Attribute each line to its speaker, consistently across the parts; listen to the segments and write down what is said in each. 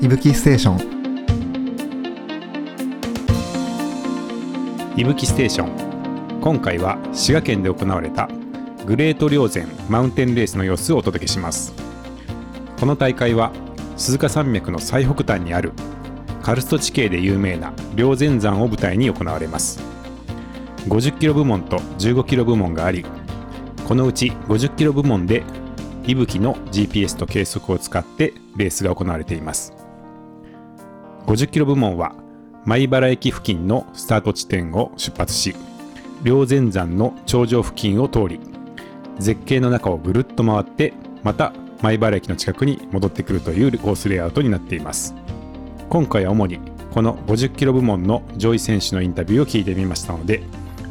Speaker 1: いぶきステーション
Speaker 2: いぶきステーション今回は滋賀県で行われたグレート稜線マウンテンレースの様子をお届けしますこの大会は鈴鹿山脈の最北端にあるカルスト地形で有名な稜前山を舞台に行われます50キロ部門と15キロ部門がありこのうち50キロ部門でいぶきの GPS と計測を使ってレースが行われています50キロ部門は米原駅付近のスタート地点を出発し両前山の頂上付近を通り絶景の中をぐるっと回ってまた米原駅の近くに戻ってくるというコースレイアウトになっています今回は主にこの50キロ部門の上位選手のインタビューを聞いてみましたので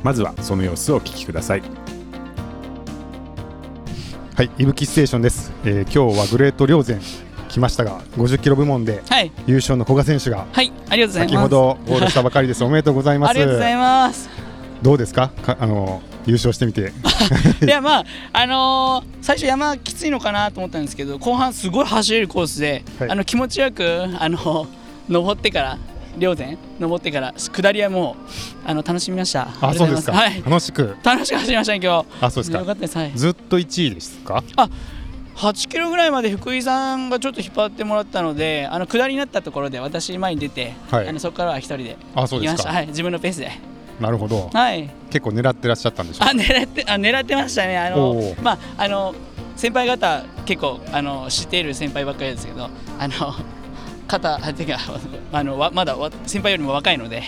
Speaker 2: まずはその様子をお聞きください
Speaker 3: はい、いぶきステーションです、えー今日はグレート稜前来ましたが50キロ部門で
Speaker 4: はい、
Speaker 3: 優勝の古賀選手が
Speaker 4: はい、ありがとうございます。
Speaker 3: 先ほどゴールしたばかりですおめでとうございま す
Speaker 4: ありがとうござい ます。
Speaker 3: どうですかかあの優勝してみて
Speaker 4: いや、まあ、あのー最初山きついのかなと思ったんですけど、後半すごい走れるコースで、
Speaker 3: はい
Speaker 4: あの気持ちよく、あの登ってから。稜前登ってから下りはも うあの楽しみました。
Speaker 3: あ
Speaker 4: りがと
Speaker 3: そう
Speaker 4: ござい
Speaker 3: で
Speaker 4: ます
Speaker 3: か、
Speaker 4: はい。
Speaker 3: 楽しく
Speaker 4: 楽しく走りましたね今日。
Speaker 3: あそうです
Speaker 4: よ
Speaker 3: か
Speaker 4: かったです。はい。
Speaker 3: ずっと1位ですか
Speaker 4: 8キロぐらいまで福井さんがちょっと引っ張ってもらったので、あの下りになったところで私前に出て、
Speaker 3: はい
Speaker 4: あのそこからは一人で
Speaker 3: あそ
Speaker 4: 行
Speaker 3: う
Speaker 4: き
Speaker 3: で
Speaker 4: ますした。
Speaker 3: か
Speaker 4: はい、自分のペースで。
Speaker 3: なるほど
Speaker 4: はい。
Speaker 3: 結構狙ってらっしゃったんでしょ
Speaker 4: あ
Speaker 3: う
Speaker 4: 狙ってあ狙ってましたね。あ
Speaker 3: お
Speaker 4: の
Speaker 3: う
Speaker 4: まああの先輩方結構あの知っている先輩ばっかりですけど、あの肩あてかあのわまだわ先輩よりも若いので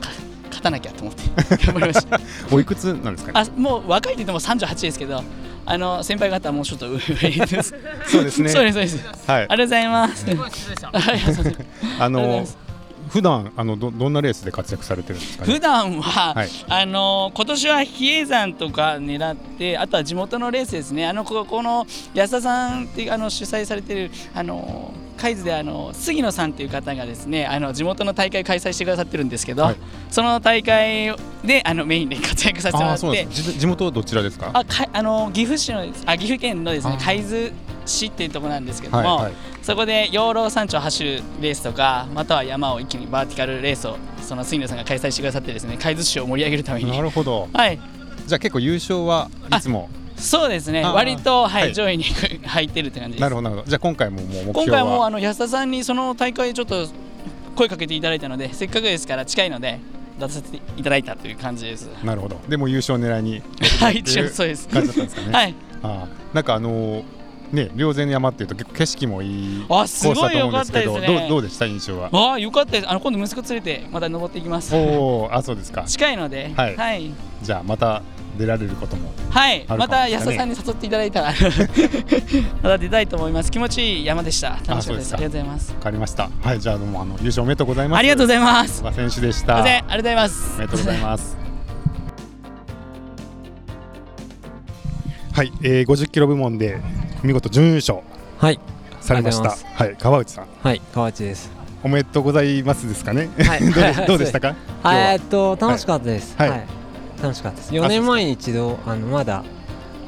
Speaker 4: か勝たなきゃと思って頑張りました。
Speaker 3: おいくつなんですかね
Speaker 4: あもう若いって言っても三十八ですけど、あの先輩方はもうちょっと上です。
Speaker 3: そうですね
Speaker 4: そうですそうです。
Speaker 3: は
Speaker 4: あ
Speaker 3: い
Speaker 4: りがとうございます。はいすいません
Speaker 3: あ
Speaker 4: ありがとうござい
Speaker 3: の
Speaker 4: ます
Speaker 3: 普段あのどどんなレースで活躍されてるんですか
Speaker 4: 普
Speaker 3: ね
Speaker 4: 段は、
Speaker 3: はい
Speaker 4: あの今年は比叡山とか狙ってあとは地元のレースですねあのここの安田さんっていうあの主催されてるあのカイズであの杉野さんっていう方がですねあの地元の大会開催してくださってるんですけど、
Speaker 3: はい
Speaker 4: その大会であのメインで活躍させてもら
Speaker 3: あ
Speaker 4: っ
Speaker 3: そうなん
Speaker 4: て
Speaker 3: です地地元はどちらですか
Speaker 4: あかあの岐阜市のですあ岐阜県のですね
Speaker 3: あー
Speaker 4: 海津市っていうところなんですけども、
Speaker 3: はいはい
Speaker 4: そこで養老山頂を走るレースとかまたは山を一気にバーティカルレースをその杉野さんが開催してくださってですね海津市を盛り上げるため
Speaker 3: な
Speaker 4: に
Speaker 3: るほど
Speaker 4: はい
Speaker 3: じゃあ結構優勝はいつも
Speaker 4: そうですね
Speaker 3: あー
Speaker 4: 割と、はい
Speaker 3: はい
Speaker 4: 上位に入ってるって感じです
Speaker 3: なるほどなるほどじゃあ今回ももう目標は
Speaker 4: 今回もあの安田さんにその大会ちょっと声かけていただいたのでせっかくですから近いので出させていただいたという感じです
Speaker 3: なるほど。でも優勝狙いに
Speaker 4: はい
Speaker 3: ってい
Speaker 4: 一応そうです
Speaker 3: 感じだったんですかね。
Speaker 4: はい
Speaker 3: あーなんかあのーね、稜前の山っていうと結構景色もいいコー
Speaker 4: あ
Speaker 3: スだと思うんですけど、
Speaker 4: すごい良かったですね
Speaker 3: どうどうでした印象は。
Speaker 4: ああよかったですあの今度息子連れてまた登っていきます
Speaker 3: おお、あそうですか。
Speaker 4: 近いので
Speaker 3: はい
Speaker 4: はい
Speaker 3: じゃあまた出られることも。
Speaker 4: はい、
Speaker 3: あるかも
Speaker 4: また
Speaker 3: です
Speaker 4: 安
Speaker 3: ね
Speaker 4: 田さんに誘っていただいた ら また出たいと思います気持ちいい山でした楽しかったですあ
Speaker 3: あそう
Speaker 4: り
Speaker 3: で
Speaker 4: がとうございます
Speaker 3: わかりました。はい、じゃあどうもあの優勝おめでとうございます。
Speaker 4: ありがとうございます
Speaker 3: 古賀選手でし
Speaker 4: すい
Speaker 3: た。
Speaker 4: ませんありがとうございます
Speaker 3: おめでとうございます。はい、えー、50キロ部門で見事準優勝
Speaker 5: はい、
Speaker 3: されまし
Speaker 5: あ
Speaker 3: た。
Speaker 5: りがとう
Speaker 3: はい、川内さん、
Speaker 5: はい、河内です。
Speaker 3: おめでとうございますですかね。
Speaker 5: はい
Speaker 3: どうでどうでしたか。今日は
Speaker 5: えーっと、楽しかったです。
Speaker 3: は
Speaker 5: はい
Speaker 3: は
Speaker 5: い、
Speaker 3: い
Speaker 5: 楽しかったです。4年前に一度、あの、まだ。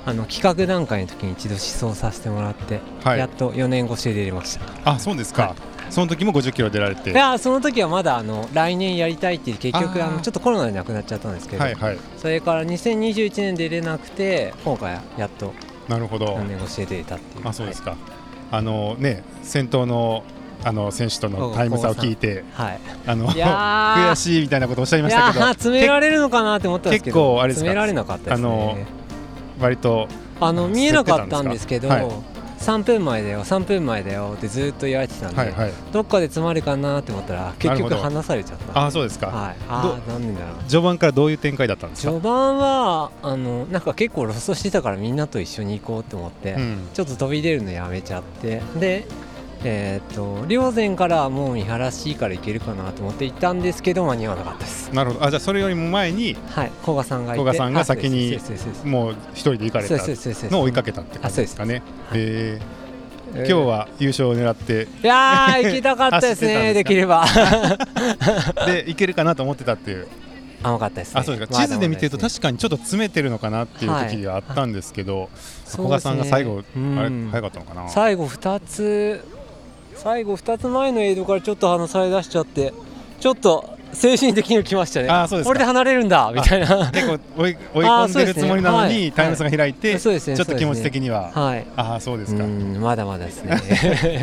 Speaker 5: あの企画段階の時に一度思想させてもらって、
Speaker 3: はい
Speaker 5: やっと4年越しで出れました。
Speaker 3: あそうですか、
Speaker 5: は
Speaker 3: その時も50キロ出られて
Speaker 5: いやー、その時はまだあの来年やりたいって結局
Speaker 3: あ
Speaker 5: あ
Speaker 3: ー
Speaker 5: のちょっとコロナでなくなっちゃったんですけど、
Speaker 3: はいはい
Speaker 5: それから2021年出れなくて今回やっと
Speaker 3: なるほど
Speaker 5: 4年越しで出れたっていう。
Speaker 3: あそうですか、あのね先頭のあの選手とのタイム差を聞いて
Speaker 5: はい。はい
Speaker 3: あの
Speaker 5: いや ー
Speaker 3: 悔しいみたいなことをおっしゃいま
Speaker 5: い
Speaker 3: し
Speaker 5: や
Speaker 3: たけ
Speaker 5: ー
Speaker 3: ど
Speaker 5: 詰められるのかなって思ったんですけ
Speaker 3: 結
Speaker 5: ど
Speaker 3: 構あれですか
Speaker 5: 詰められなかったですね。
Speaker 3: あの割と
Speaker 5: あの見えなかったんですけど、
Speaker 3: はい
Speaker 5: 3分前だよ3分前だよってずっと言われてたんで、
Speaker 3: はいはい
Speaker 5: どっかで詰まるかなって思ったら
Speaker 3: な
Speaker 5: 結
Speaker 3: るほ
Speaker 5: 局
Speaker 3: ど
Speaker 5: 離されちゃった
Speaker 3: あそうですか、
Speaker 5: はい、あー残念だな
Speaker 3: 序盤からどういう展開だったんですか
Speaker 5: 序盤はあのなんか結構ロストしてたからみんなと一緒に行こうと思って、
Speaker 3: うん
Speaker 5: ちょっと飛び出るのやめちゃってでえー、と両前からはもう見晴らしいから行けるかなと思って行ったんですけど間に合わなかったです
Speaker 3: なるほどあじゃあそれよりも前に
Speaker 5: はい古賀さんがいて
Speaker 3: 古賀さんが
Speaker 5: あそうです
Speaker 3: 先に
Speaker 5: そうですそうです
Speaker 3: もう一人で行かれた
Speaker 5: そうですそうですそうです
Speaker 3: のを追いかけたって感じですかね
Speaker 5: あそうで
Speaker 3: え
Speaker 5: え
Speaker 3: ー
Speaker 5: ー
Speaker 3: 今日は優勝を狙って
Speaker 5: いやー行きたかったで
Speaker 3: 走
Speaker 5: す
Speaker 3: ってたんですか
Speaker 5: ねできれば
Speaker 3: で行けるかなと思ってたっていう
Speaker 5: 甘かったです、ね、
Speaker 3: あそうですか地図で見てると確かにちょっと詰めてるのかなっていう時があったんですけど、古賀さんが最後、
Speaker 5: そうですね
Speaker 3: あれ
Speaker 5: うん
Speaker 3: 早かったのかな
Speaker 5: 最後2つ最後2つ前のエイドからちょっと離され出しちゃってちょっと精神的にもきましたね
Speaker 3: あーそうですか
Speaker 5: これで離れるんだみたいな
Speaker 3: 結構追い追い込んでるつもりなの
Speaker 5: あーそうですねはい
Speaker 3: にタイム差が開いてち
Speaker 5: そう
Speaker 3: ょ
Speaker 5: で
Speaker 3: っ
Speaker 5: すね
Speaker 3: と気持ち的には
Speaker 5: はい
Speaker 3: ああそうですか
Speaker 5: う
Speaker 3: い
Speaker 5: んまだまだです ね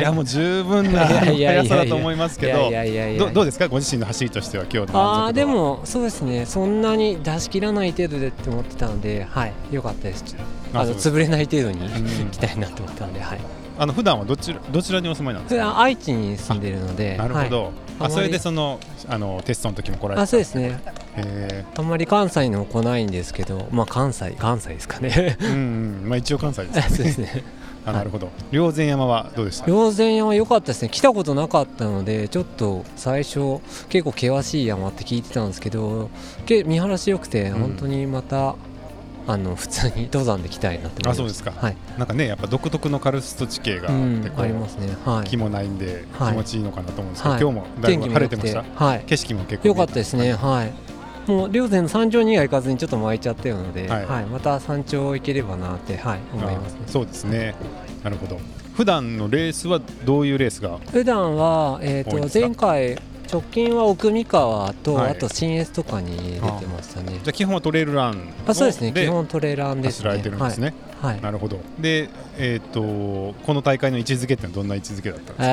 Speaker 3: やもう十分ない
Speaker 5: や いやいやいや
Speaker 3: 速さだと思いますけど
Speaker 5: いやいやいやいや
Speaker 3: どどうですかご自身の走りとしては今日の満足度は
Speaker 5: ああでもそうですねそんなに出し切らない程度でって思ってたのではい良かったです
Speaker 3: あ
Speaker 5: あ
Speaker 3: そう
Speaker 5: の
Speaker 3: です
Speaker 5: 潰れない程度に
Speaker 3: ん
Speaker 5: 行きたいなと思ったので、はい、
Speaker 3: あの普段はどちらどちらにお住まいなんです
Speaker 5: 普
Speaker 3: か
Speaker 5: 段愛知に住んでるので
Speaker 3: なるほど、
Speaker 5: はい
Speaker 3: あ
Speaker 5: あまり
Speaker 3: それでそのあのテストの時も来られて
Speaker 5: あそうですね
Speaker 3: え
Speaker 5: あんまり関西の来ないんですけどまあ関西関西ですかね
Speaker 3: ー、うんうんまあ一応関西です
Speaker 5: あ
Speaker 3: よね
Speaker 5: そうですね
Speaker 3: あ
Speaker 5: はい
Speaker 3: なるほど両前山はどうでした
Speaker 5: 霊山山良かったですね来たことなかったのでちょっと最初結構険しい山って聞いてたんですけどけ見晴らし良くて
Speaker 3: うん
Speaker 5: 本当にまた、あの普通に登山できたいなって思いました
Speaker 3: あそうですか
Speaker 5: はい、
Speaker 3: なんかねやっぱ独特のカルスト地形が
Speaker 5: う
Speaker 3: あって
Speaker 5: ん
Speaker 3: こ
Speaker 5: ありま
Speaker 3: う
Speaker 5: すねはい
Speaker 3: 気もないんで
Speaker 5: はい
Speaker 3: 気持ちいいのかなと思うんですけど、
Speaker 5: はい
Speaker 3: 今日もだいぶ晴れて
Speaker 5: 良
Speaker 3: ま
Speaker 5: く
Speaker 3: した
Speaker 5: はい
Speaker 3: 景色も結構
Speaker 5: 良かったですね、はい。もう稜線山頂には行かずにちょっと巻いちゃったようなので、
Speaker 3: は
Speaker 5: はいい、また山頂行ければなってはい
Speaker 3: あー
Speaker 5: 思いますね。
Speaker 3: そうですねなるほど普段のレースはどういうレースが
Speaker 5: 普段はえっ、
Speaker 3: 多いんで
Speaker 5: と
Speaker 3: すか
Speaker 5: 前回直近は奥三河と、
Speaker 3: はい
Speaker 5: あと新越とかに出てましたね
Speaker 3: じ。ゃあ基本はトレイルラン
Speaker 5: あそうですね
Speaker 3: で
Speaker 5: 基本トレランです
Speaker 3: 走
Speaker 5: ね。
Speaker 3: られてるんですね、
Speaker 5: はい。はい。
Speaker 3: なるほどでえっ、とこの大会の位置づけってのはどんな位置づけだったんですか
Speaker 5: え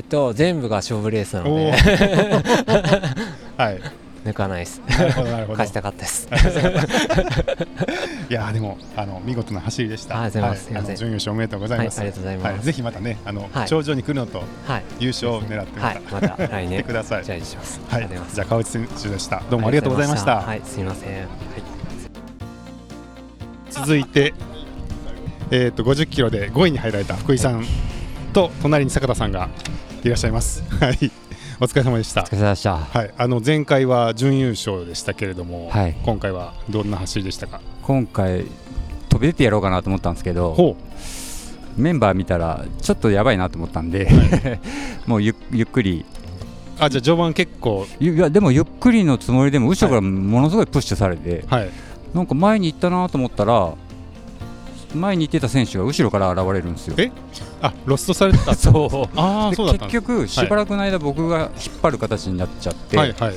Speaker 5: ーっと全部が勝負レースなの
Speaker 3: お
Speaker 5: で
Speaker 3: ーはい
Speaker 5: 抜かないです。
Speaker 3: なるほどなるほど
Speaker 5: 勝ちたかったです。
Speaker 3: いやーでもあの見事な走りでした。
Speaker 5: ありがとうございますすいません
Speaker 3: あの準優勝おめでとうございます。
Speaker 5: はいありがとうございます
Speaker 3: はぜひまたねあの、
Speaker 5: はい
Speaker 3: 頂上に来るのと
Speaker 5: はい。
Speaker 3: 優勝を狙ってま
Speaker 5: は
Speaker 3: た、
Speaker 5: い。また来
Speaker 3: 来
Speaker 5: 年
Speaker 3: てください
Speaker 5: チャレンジします。
Speaker 3: は
Speaker 5: ありがとう
Speaker 3: い
Speaker 5: ございます
Speaker 3: じゃあ川内選手でした。どうもありがとうございました。
Speaker 5: はい、すみません。はい
Speaker 3: 続いてえっ、と50キロで5位に入られた福井さんと隣に坂田さんがいらっしゃいます。はいお疲れ様でした。
Speaker 1: お疲れ様でした。
Speaker 3: はいあの前回は準優勝でしたけれども、
Speaker 1: はい
Speaker 3: 今回はどんな走りでしたか。
Speaker 1: 今回飛び出てやろうかなと思ったんですけど
Speaker 3: ほう
Speaker 1: メンバー見たらちょっとやばいなと思ったんで、 もうゆゆっくり
Speaker 3: あじゃあ序盤結構
Speaker 1: ゆいやでもゆっくりのつもりでも後ろからものすごいプッシュされて、
Speaker 3: はい
Speaker 1: なんか前に行ったなと思ったら前に行ってた選手が後ろから現れるんですよ
Speaker 3: え。あロストされてた。
Speaker 1: そう
Speaker 3: ああ
Speaker 1: で
Speaker 3: そうだったん
Speaker 1: 結
Speaker 3: で
Speaker 1: 局
Speaker 3: す
Speaker 1: しばらくの間僕が引っ張る形になっちゃって、
Speaker 3: はいはい、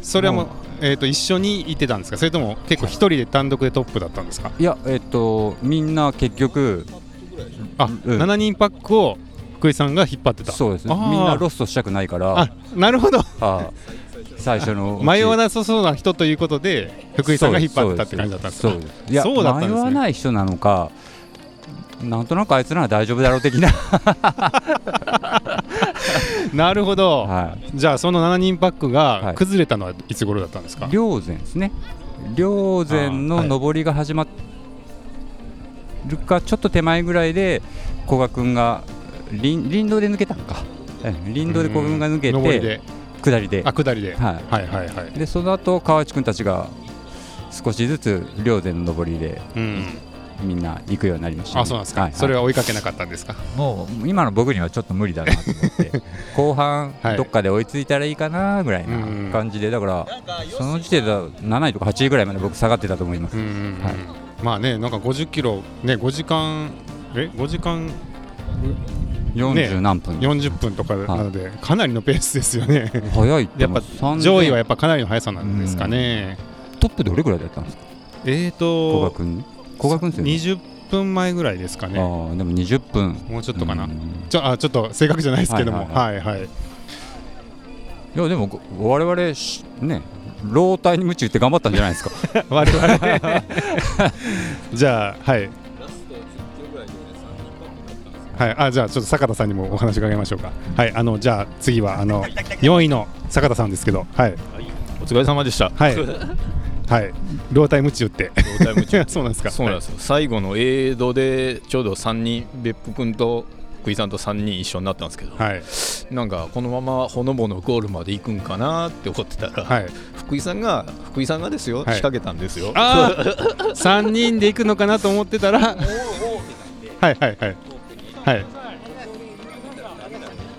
Speaker 3: それはもう
Speaker 1: も
Speaker 3: えー、と一緒に行ってたんですかそれとも結構一人で単独でトップだったんですか
Speaker 1: いやえっとみんな結局
Speaker 3: あ、
Speaker 1: うん
Speaker 3: 7人パックを福井さんが引っ張ってた
Speaker 1: そうですね
Speaker 3: あー
Speaker 1: みんなロストしたくないから
Speaker 3: あなるほど
Speaker 1: あ最初のうち
Speaker 3: 迷わなさそうな人ということで福井さんが引っ張ってたって感じだったんですか
Speaker 1: そうですいや
Speaker 3: そうだったんですね
Speaker 1: 迷わない人なのかなんとなくあいつなら大丈夫だろう的な、
Speaker 3: なるほど、
Speaker 1: はい、
Speaker 3: じゃあその7人パック
Speaker 1: は
Speaker 3: が
Speaker 1: い
Speaker 3: 崩れたのはいつ頃だったんですか、
Speaker 1: 霊山ですね霊山
Speaker 3: あ
Speaker 1: の
Speaker 3: ーはい
Speaker 1: 上りが始まるかちょっと手前ぐらいで古賀君が林林道で抜けたのかうん林道で古賀君が抜け
Speaker 3: うん上り
Speaker 1: て
Speaker 3: で
Speaker 1: 下りで
Speaker 3: あ下りで、
Speaker 1: は
Speaker 3: はいはいはい
Speaker 1: い、でその後川内君たちが少しずつ霊山の上りで
Speaker 3: うん
Speaker 1: みんな行くようになりましたね、
Speaker 3: あそうなんですか、
Speaker 1: はいはい
Speaker 3: それは追いかけなかったんですか
Speaker 1: もう今の僕にはちょっと無理だなと思って 後半
Speaker 3: はい
Speaker 1: どっかで追いついたらいいかなぐらい
Speaker 3: う
Speaker 1: な
Speaker 3: ん
Speaker 1: 感じでだからその時点では7位とか8位ぐらいまで僕下がってたと思います
Speaker 3: うんうんうん
Speaker 1: はい
Speaker 3: まあねなんか50キロね5時間え5時間
Speaker 1: 40何分
Speaker 3: 40分とかなので、かなりのペースですよね。
Speaker 1: 早いって
Speaker 3: やっ
Speaker 1: も
Speaker 3: ぱ
Speaker 1: う3000
Speaker 3: 上位はやっぱかなりの速さなんですかね。
Speaker 1: トップどれぐらいだったんですか
Speaker 3: えー
Speaker 1: 古賀
Speaker 3: と、
Speaker 1: 君古賀君ですよね
Speaker 3: 20分前ぐらいですかね。
Speaker 1: ああでも20分
Speaker 3: もうちょっとかな。
Speaker 1: うん
Speaker 3: ちょあちょっと正確じゃないですけども、は
Speaker 1: はい
Speaker 3: はい。
Speaker 1: いやでも我々しね老体に夢中って頑張ったんじゃないですか
Speaker 3: 我々じゃあはい。はい、あじゃあちょっと坂田さんにもお話伺いましょうか。はい、あのじゃあ次はあの4位の坂田さんですけど、はい
Speaker 6: お疲れ様でした。
Speaker 3: はいはい、老体ムチ打って、
Speaker 6: 老体夢 中
Speaker 3: そうなんですか。
Speaker 6: そうなんですよ、最後のエイドでちょうど3人別府君と福井さんと3人一緒になったんですけど、
Speaker 3: はい
Speaker 6: なんかこのままほのぼのゴールまで行くんかなって思ってたら、
Speaker 3: はい。
Speaker 6: 福井さんが福井さんがですよ、
Speaker 3: はい
Speaker 6: 仕掛けたんですよ
Speaker 3: ああ、三人で行くのかなと思ってたら。 はいはいはい。はい。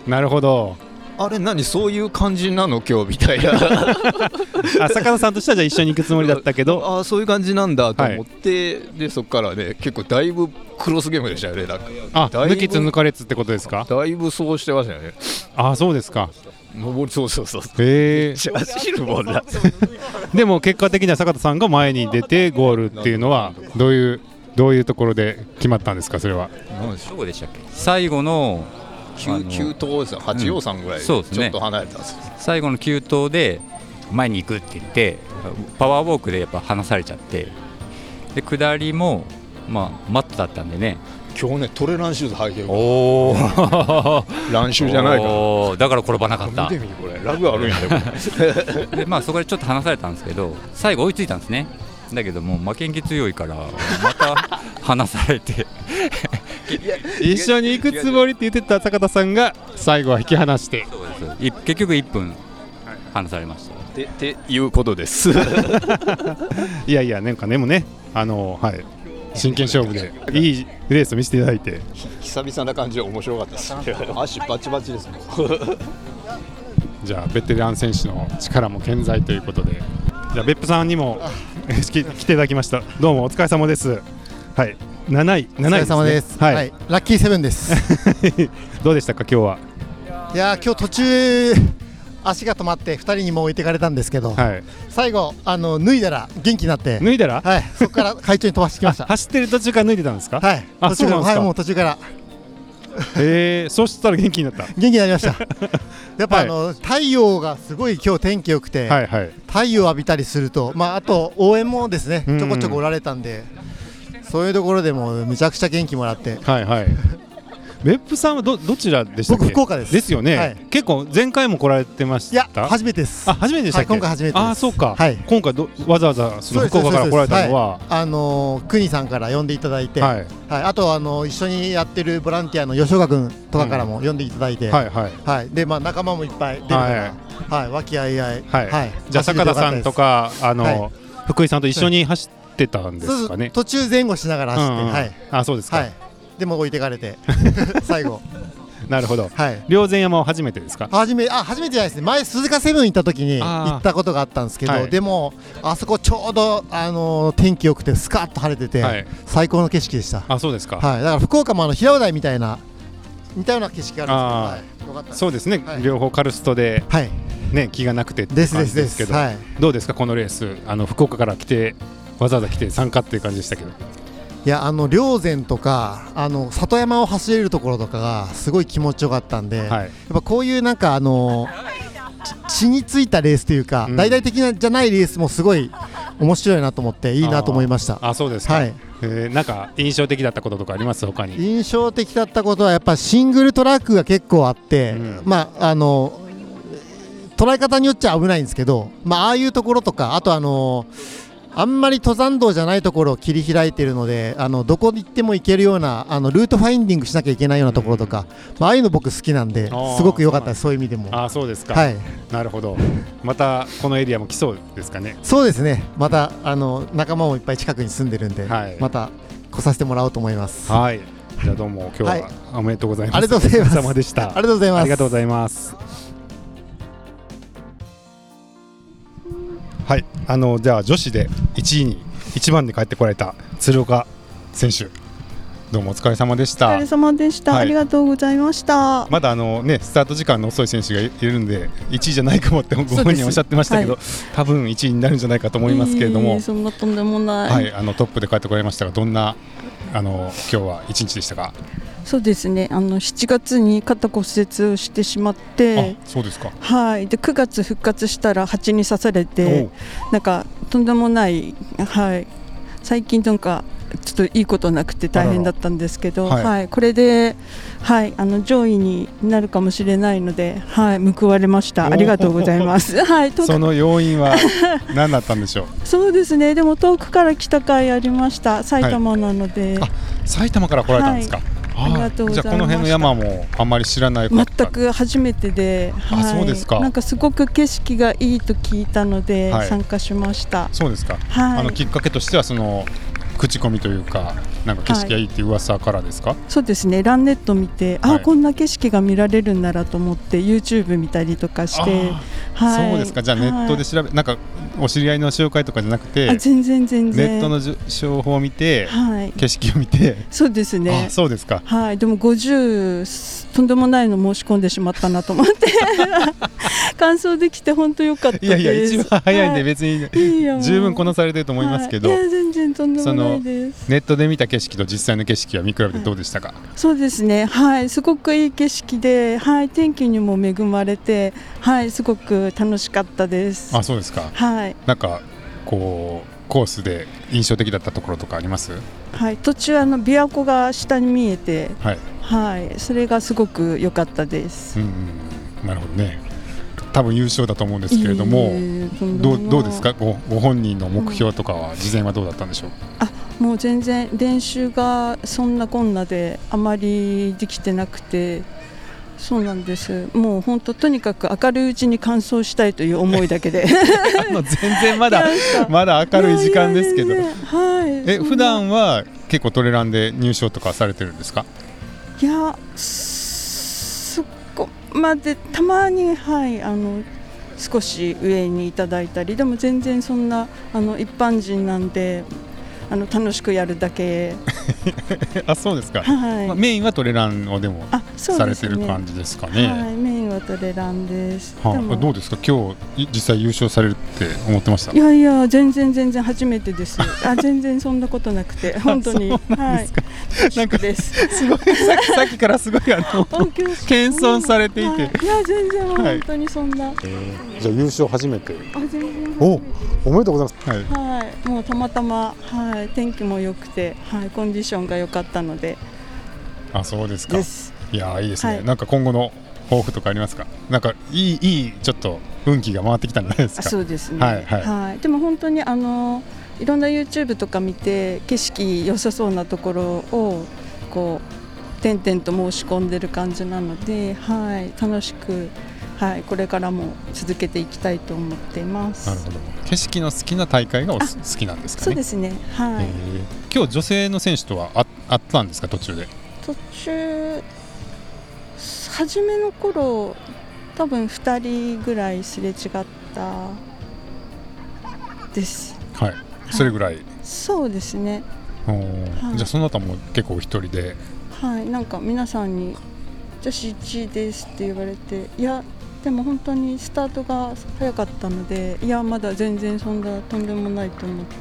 Speaker 3: なるほど。
Speaker 6: あれ何そういう感じなの今日みたいな
Speaker 3: あ坂田さんとしてはじゃあ一緒に行くつもりだったけど
Speaker 6: ああそういう感じなんだと思って、でそこからね結構だいぶクロスゲームでしたよねなんか
Speaker 3: あ
Speaker 6: だいぶ
Speaker 3: 抜きつ抜かれつってことですか
Speaker 6: だいぶそうしてましたよね
Speaker 3: あそうですか
Speaker 6: 登りそうそうそう
Speaker 3: へえ
Speaker 6: 走るもんだ
Speaker 3: でも結果的には坂田さんが前に出てゴールっていうのはどういうどういうところで決まったんですかそれは
Speaker 6: 何でしょう
Speaker 1: でしたっけ最後のあの
Speaker 6: 9九等ですよ八王さんぐら
Speaker 1: う
Speaker 6: い、
Speaker 1: ん
Speaker 6: ち
Speaker 1: そ
Speaker 6: ょ
Speaker 1: うですね
Speaker 6: っと離れたんですよ
Speaker 1: 最後の急投で前に行くって言ってパワーウォークでやっぱ離されちゃってで下りも、まあ、マットだったんでね
Speaker 6: 今日ねトレランシューズ履いてる
Speaker 1: おお
Speaker 6: ランシューじゃ ないか
Speaker 1: だから転ばなかっ
Speaker 6: ら
Speaker 1: た
Speaker 6: 見てみこれラグあるんやでこれ
Speaker 1: でまあそこでちょっと離されたんですけど最後追いついたんですねだけどもう負けん気強いからまた離されて
Speaker 3: 一緒に行くつもりって言ってた坂田さんが最後は引き離して
Speaker 1: い結局1分離されました
Speaker 6: てていうことです
Speaker 3: いやいやなんかでもねあのはい真剣勝負でいいレース見せていただいて
Speaker 6: 久々な感じは面白かったです足バチバチですね
Speaker 3: じゃあベテラン選手の力も健在ということでじゃあ別府さんにも来ていただきましたどうもお疲れ様ですはい7位
Speaker 7: お
Speaker 3: 7位、
Speaker 7: 疲れ様です。
Speaker 3: はい、
Speaker 7: はい、ラッキーセブンです。
Speaker 3: どうでしたか今日はい
Speaker 7: やー今日途中足が止まって二人にもう置いてかれたんですけど、
Speaker 3: はい
Speaker 7: 最後あの脱いだら元気になって、
Speaker 3: 脱いだら、
Speaker 7: はいそこから会長に飛ばしてきました。
Speaker 3: あ走ってる途中から脱いでたんですか、
Speaker 7: はい
Speaker 3: あ
Speaker 7: 途中か
Speaker 3: そうなん
Speaker 7: らは
Speaker 3: ですか
Speaker 7: いもう途中から
Speaker 3: えー、そうしたら元気になった
Speaker 7: 元気になり ました。やっぱ、
Speaker 3: はい
Speaker 7: あの太陽がすごい今日天気良くて、
Speaker 3: はいはい
Speaker 7: 太陽浴びたりするとまああと応援もですね
Speaker 3: うんうん
Speaker 7: ちょこちょこおられたんで。そういうところでもめちゃくちゃ元気もらって
Speaker 3: は いはい別府さんはどどちらでしたっけ
Speaker 7: 僕福岡です
Speaker 3: ですよね、
Speaker 7: はい
Speaker 3: 結構前回も来られてまし
Speaker 7: いや
Speaker 3: た
Speaker 7: 初めてです
Speaker 3: あ初めてでしたっけ、
Speaker 7: はい今回初めてです
Speaker 3: あそうか、
Speaker 7: はい
Speaker 3: 今回どわざわざその福岡から来られたのは、
Speaker 7: あのー国さんから呼んでいただいて、はい
Speaker 3: はい
Speaker 7: あとはあのー一緒にやってるボランティアの吉岡君とかからも呼んでいただいて、
Speaker 3: はいはい
Speaker 7: はいでまあ、仲間もいっぱい出るから、はい和気あいあい、
Speaker 3: はい、じゃあ坂田さんとかあの、
Speaker 7: はい
Speaker 3: 福井さんと一緒に走ってたん
Speaker 7: 走
Speaker 3: で
Speaker 7: ってよかったです
Speaker 3: すかね。
Speaker 7: そう途中前後しながら走って、
Speaker 3: うんうん
Speaker 7: はい、
Speaker 3: あそうですか、
Speaker 7: はい、でも置いてかれて 最後、
Speaker 3: なるほど。
Speaker 7: はい、
Speaker 3: 両前山は初めてですか。
Speaker 7: 初めあ初めてじゃないですね前鈴鹿セブン行った時に
Speaker 3: あー
Speaker 7: 行ったことがあったんですけど、
Speaker 3: はい
Speaker 7: でもあそこちょうど、あのー天気良くてスカッと晴れてて、
Speaker 3: はい
Speaker 7: 最高の景色でした。
Speaker 3: あそうですか。
Speaker 7: はい、だから福岡もあの平尾台みたいな似たような景色があるんですけど、はい、よかったです
Speaker 3: そうですね、
Speaker 7: はい
Speaker 3: 両方カルストで
Speaker 7: はい、
Speaker 3: ね気がなくてって
Speaker 7: です
Speaker 3: 感
Speaker 7: で
Speaker 3: じ
Speaker 7: すで
Speaker 3: け
Speaker 7: す。
Speaker 3: ど、
Speaker 7: はい、
Speaker 3: どうですかこのレースあの福岡から来てわざわざ来て参加っていう感じでしたけど。
Speaker 7: いやあの霊山とかあの里山を走れるところとかがすごい気持ちよかったんで、やっ
Speaker 3: はい。
Speaker 7: ぱこういうなんかあのち血についたレースというか、
Speaker 3: うん
Speaker 7: 大々的なじゃないレースもすごい面白いなと思っていいなと思いました。
Speaker 3: あそうですか。
Speaker 7: はい、
Speaker 3: えーなんか印象的だったこととかあります他に。
Speaker 7: 印象的だったことはやっぱシングルトラックが結構あって、
Speaker 3: うん
Speaker 7: まああの捉え方によっちゃ危ないんですけど、まあああいうところとかあとあのあんまり登山道じゃないところを切り開いているのであのどこに行っても行けるようなあのルートファインディングしなきゃいけないようなところとか、まあああいうの僕好きなんで
Speaker 3: あー
Speaker 7: すごく良かったですそういう意味でも。
Speaker 3: あそうですか。
Speaker 7: はい、
Speaker 3: なるほど。またこのエリアも来そうですかね。
Speaker 7: そうですねまたあの仲間もいっぱい近くに住んでるんで、
Speaker 3: はい
Speaker 7: また来させてもらおうと思います。あ
Speaker 3: はい。じゃあどうも今日
Speaker 7: は
Speaker 3: はおめでとうございま
Speaker 7: り
Speaker 3: す。
Speaker 7: がとうございます。
Speaker 3: お疲れ様でした。
Speaker 7: ありがとうございます。
Speaker 3: ありがとうございます。はい、あのじゃあ女子で1位に1番で帰ってこられた鶴岡選手、どうもお疲れ様でし
Speaker 8: お疲
Speaker 3: た
Speaker 8: れ。様でした、
Speaker 3: はい
Speaker 8: ありがとうございました。
Speaker 3: まだあのねスタート時間の遅い選手がいるんで1位じゃないかもってご本人おっしゃってましたけど、多分1位になるんじゃないかと思いますけれど
Speaker 8: え
Speaker 3: も
Speaker 8: ー、そんなとんでもない。
Speaker 3: はい、あのトップで帰ってこられましたがどんなあの今日は1日でしたか。
Speaker 8: そうですね。あの7月に肩骨折をしてしまって、
Speaker 3: あ、そうですか。
Speaker 8: はい。で9月復活したら蜂に刺され
Speaker 3: お
Speaker 8: て
Speaker 3: う、
Speaker 8: なんかとんでもないはい。最近なんかちょっといいことなくて大変だったんですけど、
Speaker 3: あらら
Speaker 8: はい、これではいあの上位になるかもしれないので、はい報われまし
Speaker 3: お
Speaker 8: た。
Speaker 3: ー
Speaker 8: ありがとうござい ます。はい。と
Speaker 3: その要因は何だったんでしょう。
Speaker 8: そうですね。でも遠くから来た回ありました。埼玉なので。
Speaker 3: あ埼玉から来られたんですか。
Speaker 8: い
Speaker 3: ー
Speaker 8: ありがとうございました
Speaker 3: じゃあこの辺の山もあんまり知らないかった
Speaker 8: 全く初めてで、
Speaker 3: あ
Speaker 8: はい、
Speaker 3: そうですか
Speaker 8: なんかすごく景色がいいと聞いたので、
Speaker 3: はい
Speaker 8: 参加しました。
Speaker 3: そうですか。
Speaker 8: はい、
Speaker 3: あのきっかけとしてはその口コミというかなんか景色がいいっていう噂からですか、
Speaker 8: そうですねランネット見て、あ
Speaker 3: はい
Speaker 8: こんな景色が見られるんならと思って YouTube 見たりとかして
Speaker 3: あ、
Speaker 8: はい、
Speaker 3: そうですかじゃあネットで調べ、なんかお知り合いの紹介とかじゃなく
Speaker 8: はい、あ
Speaker 3: て
Speaker 8: 全然全
Speaker 3: ネ
Speaker 8: 然
Speaker 3: ットのじゅ情報を見て、
Speaker 8: はい
Speaker 3: 景色を見て、
Speaker 8: そうですね
Speaker 3: あそうですか
Speaker 8: はいでも50とんでもないの申し込んでしまったなと思って 完走できて本当良かったです
Speaker 3: いやいや一番早いんで別
Speaker 8: いいよ
Speaker 3: に十分こなされてると思いますけど、
Speaker 8: はいいや全然とんでも
Speaker 3: そ
Speaker 8: な
Speaker 3: の
Speaker 8: いです
Speaker 3: ネットで見た景色と実際の景色は見比べてどうでしたか、
Speaker 8: そうですねはいすごくいい景色ではい天気にも恵まれてはいすごく楽しかったです
Speaker 3: あそうですか
Speaker 8: はい
Speaker 3: なんかこうコースで印象的だったところとかあります
Speaker 8: はい途中あの琵琶湖が下に見えて
Speaker 3: はい、
Speaker 8: はいそれがすごく良かったです
Speaker 3: うんうん、なるほどね多分優勝だと思うんですけれども、どうどうですかごご本人の目標とかは事前はどうだったんでしょう、
Speaker 8: もう全然練習がそんなこんなであまりできてなくてそうなんですもう本当とにかく明るいうちに完走したいという思いだ けで
Speaker 3: もう全然まだまだ明るい時間ですけど
Speaker 8: はい
Speaker 3: え普段は結構トレランで入賞とかされてるんですか
Speaker 8: いやそこまでたまにはいあの少し上にいただいたりでも全然そんなあの一般人なんであの楽しくやるだ け
Speaker 3: あそうですか、
Speaker 8: はい
Speaker 3: まあ、メインはトレランをでも
Speaker 8: あそう
Speaker 3: さ
Speaker 8: で
Speaker 3: れ
Speaker 8: す
Speaker 3: て
Speaker 8: ね
Speaker 3: る感じですかね
Speaker 8: はいメインはトレランです、
Speaker 3: は
Speaker 8: でも
Speaker 3: あ、どうですか今日い実際優勝されるって思ってました
Speaker 8: いやいや全然全然初めてですあ全然そんなことなく て本当にはい
Speaker 3: なんか
Speaker 8: です
Speaker 3: すごい さっきさっきからすごいあの謙遜されていて、
Speaker 8: はいいや全然もう
Speaker 3: はい
Speaker 8: 本当にそんな、
Speaker 3: じゃあ優勝初めて
Speaker 8: あ全然
Speaker 3: おおめでとうございます、はい、
Speaker 8: はい、もうたまたま、はい、天気も良くて、はい、コンディションが良かったので。
Speaker 3: あそうですか
Speaker 8: です。
Speaker 3: いやーいいですね、
Speaker 8: はい
Speaker 3: なんか今後の抱負とかありますかなんかいいいいちょっと運気が回ってきたんじゃないです
Speaker 8: あ、
Speaker 3: か
Speaker 8: そうですね。
Speaker 3: はいはい
Speaker 8: でも本当に、あの、いろんな YouTube とか見て、景色良さそうなところを、こう。点々と申し込んでる感じなので、はい、楽しく。はい、これからも続けていきたいと思っています。
Speaker 3: なるほど景色の好きな大会がおす好きなんですかね
Speaker 8: そうですね。はい。
Speaker 3: へー今日女性の選手とはああったんですか途中で
Speaker 8: 途中初めの頃多分2人ぐらいすれ違ったです
Speaker 3: はいそれぐらい、
Speaker 8: そうですね
Speaker 3: おー
Speaker 8: はい
Speaker 3: じゃあその後も結構お一人で
Speaker 8: はいなんか皆さんに「女子1位です」って言われていやでも本当にスタートが早かったのでいやまだ全然そんなとんでもないと思って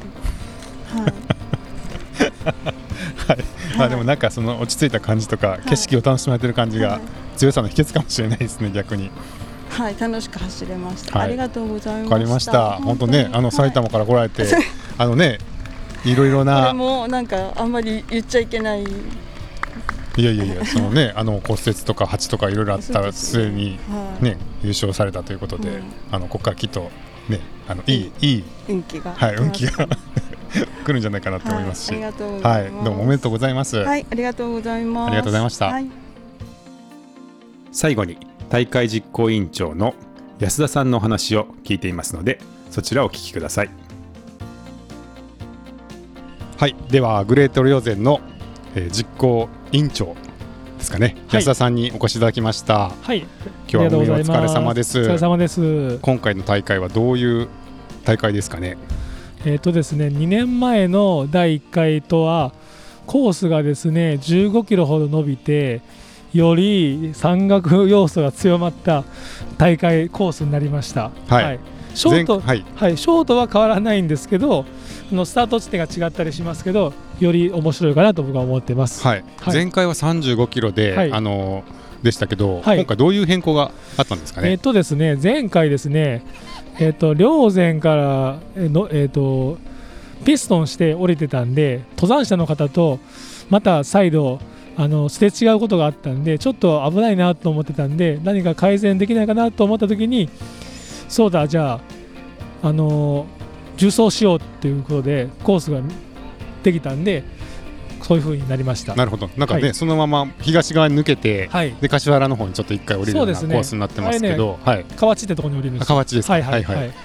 Speaker 8: はい
Speaker 3: まあでもなんかその落ち着いた感じとか、景色を楽しまれてる感じ
Speaker 8: は
Speaker 3: が
Speaker 8: い
Speaker 3: 強さの秘訣かもしれないですね逆に
Speaker 8: はい楽しく走れました、
Speaker 3: はい
Speaker 8: ありがとうございまし
Speaker 3: わ
Speaker 8: た
Speaker 3: かりました本当ね
Speaker 8: に
Speaker 3: あの埼玉から来られ て、あのねいろいろ
Speaker 8: これ
Speaker 3: な
Speaker 8: もなんかあんまり言っちゃいけない
Speaker 3: いやいやいやそのね あの骨折とか蜂とかいろいろあっ
Speaker 8: そう
Speaker 3: た
Speaker 8: ですね
Speaker 3: 末に
Speaker 8: はい
Speaker 3: ね優勝されたということで、
Speaker 8: うん
Speaker 3: あのここからきっとねあのいいいい
Speaker 8: 運気が、
Speaker 3: はい運気が 来るんじゃないかなと思いますし、
Speaker 8: はいありがとうご
Speaker 3: は
Speaker 8: ざ
Speaker 3: い
Speaker 8: います
Speaker 3: どうもおめでとうございます。
Speaker 8: はい、ありがとうございます。
Speaker 3: ありがとうございました
Speaker 8: はい
Speaker 2: 最後に大会実行委員長の安田さんのお話を聞いていますのでそちらをお聞きください
Speaker 3: はい、ではグレートリオゼンの、えー実行委員長ですかね、
Speaker 9: はい
Speaker 3: 安田さんにお越しいただきました。
Speaker 9: はい、
Speaker 3: 今日は
Speaker 9: ありがとうござい
Speaker 3: お
Speaker 9: ます
Speaker 3: 疲れ様です
Speaker 9: お疲れ様です。
Speaker 3: 今回の大会はどういう大会ですかね。
Speaker 9: えっ、とですね、2年前の第1回とは、コースがですね、15キロほど伸びて、より山岳要素が強まった大会コースになりました。
Speaker 3: はい
Speaker 9: ショート
Speaker 3: 前はい、
Speaker 9: はい、ショートは変わらないんですけど、あのスタート地点が違ったりしますけど、より面白いかなと僕は思ってます。
Speaker 3: はい、
Speaker 9: はい
Speaker 3: 前回は35キロで、
Speaker 9: はい
Speaker 3: あのーでしたけど、
Speaker 9: はい
Speaker 3: 今回どういう変更があったんですか
Speaker 9: え
Speaker 3: ね
Speaker 9: っ。とですね、前回ですね、えっ、と、霊山から、えーの、えっ、と、ピストンして降りてたんで、登山者の方と、また再度、あの、すれ違うことがあったんで、ちょっと危ないなと思ってたんで、何か改善できないかなと思った時に、そうだ、じゃあ、あのー、重走しようっていうことで、コースができたんで、そういう風になりました。
Speaker 3: なるほど、なんかね、
Speaker 9: はい
Speaker 3: そのまま東側に抜けて、
Speaker 9: はい。
Speaker 3: で柏原の方にちょっと一回降りるような
Speaker 9: そ
Speaker 3: コ
Speaker 9: うですね
Speaker 3: ースになってますけど、はい、
Speaker 9: 河内ってとこに降りるんですよ
Speaker 3: 河内ですか
Speaker 9: はいはい
Speaker 3: は
Speaker 9: はいい、
Speaker 3: はい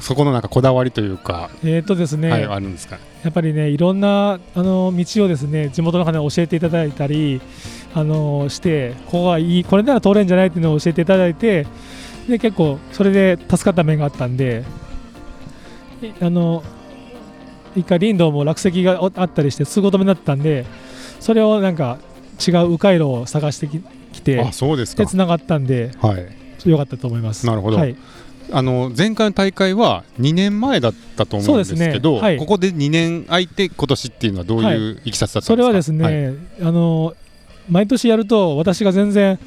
Speaker 3: そこのなんかこだわりというか、
Speaker 9: えーっとですね、
Speaker 3: はい、あるんですか
Speaker 9: やっぱりねいろんなあの道をですね地元の方に教えていただいたりあのしてここがいいこれなら通れんじゃないっていうのを教えていただいてで結構それで助かった面があったんでいあの一回林道も落石がおあったりして通行止めになってたんでそれをなんか違う迂回路を探してききて
Speaker 3: あそうですか
Speaker 9: でつながったんで
Speaker 3: はい
Speaker 9: 良かったと思います。
Speaker 3: なるほど、
Speaker 9: はい
Speaker 3: あの前回の大会は2年前だったと思うんです
Speaker 9: そう
Speaker 3: け
Speaker 9: ですね
Speaker 3: ど、
Speaker 9: はい
Speaker 3: ここで2年空いて今年っていうのはどういういきさつだった
Speaker 9: そ
Speaker 3: んで
Speaker 9: れ
Speaker 3: すか、
Speaker 9: はですね、あの毎年やると私が全然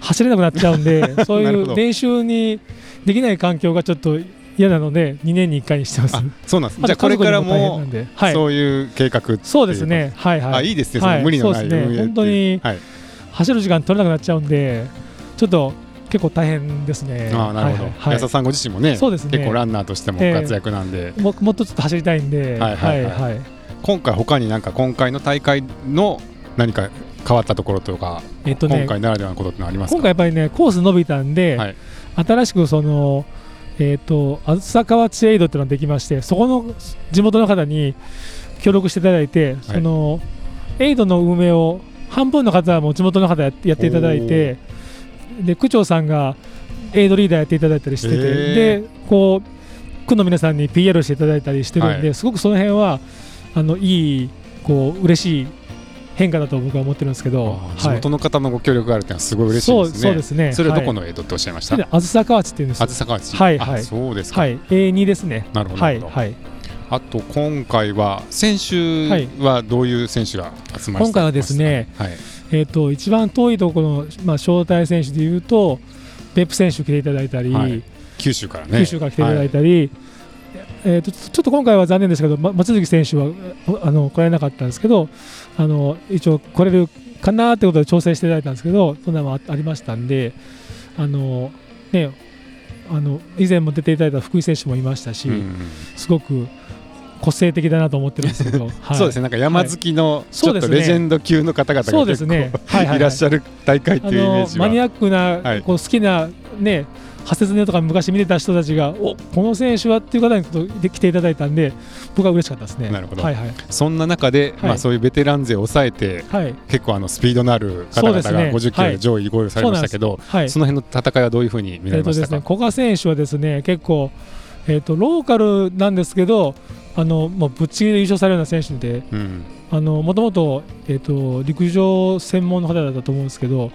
Speaker 9: 走れなくなっちゃうん でそう
Speaker 3: ないるほ
Speaker 9: う
Speaker 3: ど
Speaker 9: 練習にできない環境がちょっと嫌なので2年に1回にしてます。
Speaker 3: そうなんです
Speaker 9: ま
Speaker 3: じゃ
Speaker 9: た
Speaker 3: あこれから
Speaker 9: 家族に大変
Speaker 3: も
Speaker 9: なんではい
Speaker 3: そういう計画ってい
Speaker 9: そうですねはいはい
Speaker 3: あいいですねその
Speaker 9: はい
Speaker 3: 無理のない
Speaker 9: そうですね
Speaker 3: 運営って
Speaker 9: 本当
Speaker 3: いう
Speaker 9: に
Speaker 3: はい
Speaker 9: 走る時間取れなくなっちゃうんでちょっと結構大変ですね。
Speaker 3: ああなるほど、
Speaker 9: はいはい
Speaker 3: 安田さんご自身もね
Speaker 9: そうですね
Speaker 3: 結構ランナーとしても活躍なんで、
Speaker 9: ももっとちょっと走りたいんで、
Speaker 3: はいはいはい
Speaker 9: はい
Speaker 3: 今回他になんか今回の大会の何か変わったところとか、
Speaker 9: えっとね
Speaker 3: 今回ならではのことってのありますか
Speaker 9: 今回やっぱりねコース伸びたんで、新しくそのえっ、とあずさ川チエイドっていうのができましてそこの地元の方に協力していただいて、そのエイドの運営を半分の方はもう地元の方やってやっていただいてで区長さんがエイドリーダーやっていただいたりしてて、
Speaker 10: へー
Speaker 9: でこう区の皆さんに PR していただいたりしてるんで、
Speaker 10: はい
Speaker 9: すごくその辺はあのいいこう嬉しい変化だと僕は思ってるんですけど、
Speaker 3: 地
Speaker 9: はい
Speaker 3: 元の方のご協力があるってのはすごい嬉しいですね
Speaker 9: そうそうですね
Speaker 3: それはどこの
Speaker 9: はい
Speaker 3: 江戸っておっしゃいました、
Speaker 9: であずさ河内っていうんです
Speaker 3: あずさ河内
Speaker 9: はいはい
Speaker 3: あそうですか
Speaker 9: はい、A2 ですね
Speaker 3: なるほど
Speaker 9: はい
Speaker 3: なるほど
Speaker 9: はい
Speaker 3: あと今回は選手はどういう選手が集まりました
Speaker 9: 今回はですね、
Speaker 3: はい
Speaker 9: えー、と一番遠いところの、まあ、招待選手でいうと、別府選手来ていただいたり、
Speaker 3: はい九州からね
Speaker 9: 九州から来ていただいたり、えー、とちょっと今回は残念ですけど、ま、松月選手はああの来られなかったんですけど、あの一応来れるかなってことで調整していただいたんですけど、そんなのもあありましたんで、あのね、あの以前も出ていただいた福井選手もいましたし、
Speaker 3: うん
Speaker 9: すごく個性的だなと思ってるんです けど、はい
Speaker 3: そうですねなんか山好き
Speaker 9: は
Speaker 3: の
Speaker 9: い
Speaker 3: ちょっとレジェンド級の方々が
Speaker 9: そうで
Speaker 3: 結
Speaker 9: す
Speaker 3: 構
Speaker 9: ねはいはいはい
Speaker 3: いらっしゃる大会っていうイメージは
Speaker 9: あのマニアックな、
Speaker 3: はい
Speaker 9: こう好きなねハセズネとか昔見てた人たちがおこの選手はっていう方にちょっとで来ていただいたんで僕は嬉しかったですね。
Speaker 3: なるほど、
Speaker 9: はいはい、
Speaker 3: そんな中で、
Speaker 9: はい
Speaker 3: まあ、そういうベテラン勢を抑えて、
Speaker 9: はい
Speaker 3: 結構あのスピードのある
Speaker 9: そ
Speaker 3: 方
Speaker 9: う
Speaker 3: 々
Speaker 9: です
Speaker 3: が
Speaker 9: ね
Speaker 3: 50キロで上位合流されましたけ
Speaker 9: はいそうなん
Speaker 3: ど
Speaker 9: で
Speaker 3: そ,、
Speaker 9: すはい
Speaker 3: の辺の戦いはどういうふうに見
Speaker 9: え
Speaker 3: られ
Speaker 9: ーと
Speaker 3: ま
Speaker 9: で
Speaker 3: した
Speaker 9: す
Speaker 3: か、
Speaker 9: ね、古賀選手はですね結構、えー、とローカルなんですけどあのもうぶっちぎりで優勝されるような選手で
Speaker 3: うん
Speaker 9: もともと,、えー、と陸上専門の方だったと思うんですけど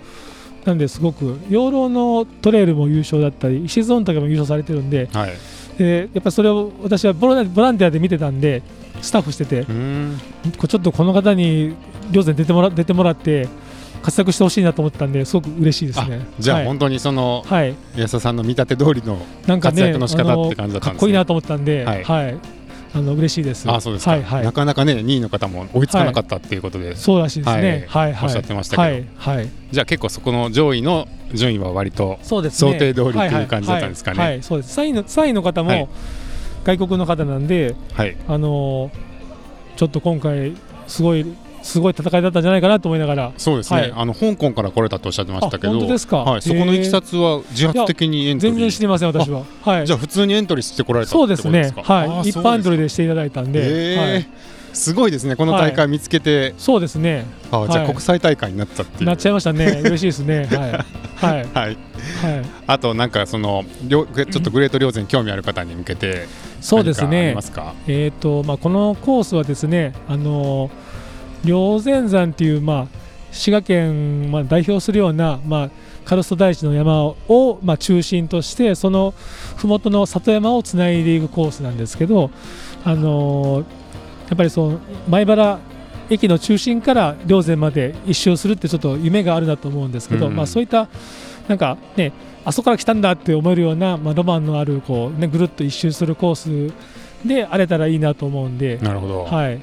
Speaker 9: なんですごく養老のトレイルも優勝だったり石ゾーンとかも優勝されてるんで,、
Speaker 3: はい
Speaker 9: でやっぱそれを私はボラボランティアで見てたんでスタッフしててこうちょっとこの方に両前出てもら出てもらって活躍してほしいなと思ったんですごく嬉しいですね。
Speaker 3: じゃ
Speaker 9: は
Speaker 3: あ
Speaker 9: い
Speaker 3: 本当にその、
Speaker 9: はい
Speaker 3: 安田さんの見立て通りの
Speaker 9: なんか
Speaker 3: 活
Speaker 9: ね、
Speaker 3: 躍の仕方って感じだった
Speaker 9: あのかっ
Speaker 3: んです
Speaker 9: こいい
Speaker 3: ね。
Speaker 9: なと思ったんで、
Speaker 3: は
Speaker 9: はいい、あの嬉しいです。
Speaker 3: あそうですか、
Speaker 9: はいはい
Speaker 3: なかなかね2位の方も追いつかなかったっていうことで、
Speaker 9: そうらしいですねはいはい
Speaker 3: おっしゃってましたけど、
Speaker 9: はいはい
Speaker 3: じゃあ結構そこの上位の順位は割と
Speaker 9: そう
Speaker 3: 想
Speaker 9: ですね。
Speaker 3: 定通りっていう感じだったんですかね。
Speaker 9: はいはいはいそうです。三位の三位の方
Speaker 3: はい
Speaker 9: も外国の方なんで、
Speaker 3: はい
Speaker 9: あのーちょっと今回すごいすごい戦いだったんじゃないかなと思いながら、
Speaker 3: そうですね、
Speaker 9: はい
Speaker 3: あの香港から来れたとおっしゃってましたけど、
Speaker 9: あ本当ですか
Speaker 3: はい、そこのいきさつは自発的にエントリー
Speaker 9: 全然知りません私は。はい。
Speaker 3: じゃあ普通にエントリーしてこられたって
Speaker 9: そ
Speaker 3: こ
Speaker 9: う
Speaker 3: と
Speaker 9: で
Speaker 3: ですすか
Speaker 9: ね。
Speaker 3: あ
Speaker 9: は
Speaker 3: ー
Speaker 9: い。一
Speaker 3: そう
Speaker 9: 般
Speaker 3: です
Speaker 9: ドルでしていただいたんで、
Speaker 3: えー
Speaker 9: はい
Speaker 3: すごいですねこの大会見つけて、
Speaker 9: そうですね
Speaker 3: あじ
Speaker 9: は
Speaker 3: ゃあ
Speaker 9: い
Speaker 3: 国際大会になったっていう、
Speaker 9: なっちゃいましたね。嬉しいですね。はい。はい。
Speaker 3: はい
Speaker 9: はい。
Speaker 3: あとなんかそのりょちょっとグレート両前興味ある方に向けて
Speaker 9: そうです
Speaker 3: 何かあ
Speaker 9: ね。
Speaker 3: りますか
Speaker 9: えっ、とまあこのコースはですね、あのー霊山山っていうまあ滋賀県をまあ代表するようなまあカルスト台地の山をまあ中心としてその麓の里山をつないでいくコースなんですけど、あのーやっぱりその米原駅の中心から霊山まで一周するってちょっと夢があるなと思うんですけど、
Speaker 10: うん
Speaker 9: まあそういったなんかねあそこから来たんだって思えるような、まあ、ロマンのあるこう、ね、ぐるっと一周するコースであれたらいいなと思うんで
Speaker 3: なるほど
Speaker 9: はい、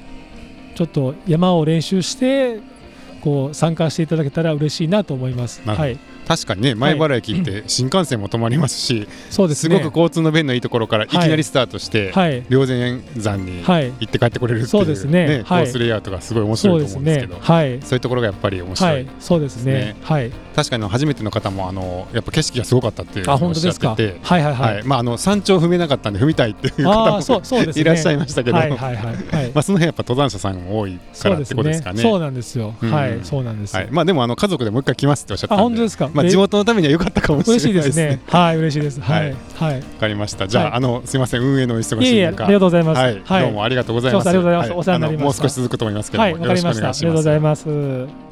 Speaker 9: ちょっと山を練習してこう参加していただけたら嬉しいなと思います。
Speaker 3: なるほ
Speaker 9: は
Speaker 3: ど
Speaker 9: い
Speaker 3: 確かにね前原駅 って新幹線も止まりますし、
Speaker 9: そうですね
Speaker 3: ごく交通の便のいいところからいきなりスタートして、
Speaker 9: はい
Speaker 3: 霊山山に
Speaker 9: はい
Speaker 3: 行って帰ってこれるってい,、
Speaker 9: そううですね
Speaker 3: コ
Speaker 9: はい
Speaker 3: ースレイアウトがすごい面白いと思うんですけど
Speaker 9: そうですねはい
Speaker 3: そういうところがやっぱり面白
Speaker 9: はいい、そうですね
Speaker 3: ですね
Speaker 9: はい
Speaker 3: 確かにあの初めての方もあのやっぱ景色がすごかったっていうのを
Speaker 9: あ
Speaker 3: おっ
Speaker 9: 本当
Speaker 3: しゃ
Speaker 9: で
Speaker 3: っ
Speaker 9: すか
Speaker 3: てて、
Speaker 9: はいはいはい
Speaker 3: まああの山頂踏めなかったんで踏みたいっていう方
Speaker 9: あ
Speaker 3: も
Speaker 9: あそうそうですね
Speaker 3: いらっしゃいましたけど、
Speaker 9: はいはいはいはい
Speaker 3: まあその辺やっぱ登山者さんも多い か
Speaker 9: そう
Speaker 3: らっ
Speaker 9: で
Speaker 3: て
Speaker 9: す
Speaker 3: ことで
Speaker 9: ね
Speaker 3: すかね。
Speaker 9: そうなんですよ、
Speaker 3: うん
Speaker 9: はいそうなんです、
Speaker 3: はい、まあでもあの家族でもう一回来ますっておっしゃったんで、
Speaker 9: あ本当ですか
Speaker 3: まあ
Speaker 9: え
Speaker 3: 地元のためには良かったかもしれ
Speaker 9: 嬉し
Speaker 3: ない
Speaker 9: い
Speaker 3: で
Speaker 9: ですす
Speaker 3: ね。
Speaker 9: ねはい嬉しいですはいはい
Speaker 3: わかりました。じゃあ、
Speaker 9: はい
Speaker 3: あのすみません運営のお忙しい中、
Speaker 9: いえいえありがとうございます
Speaker 3: はい、
Speaker 9: はい
Speaker 3: どうもありがとうございま
Speaker 9: 調
Speaker 3: す。
Speaker 9: 査ありがとうございますお世話になりました
Speaker 3: あのもう少し続くと思いますけども、
Speaker 9: はいわかりましたありがとうございます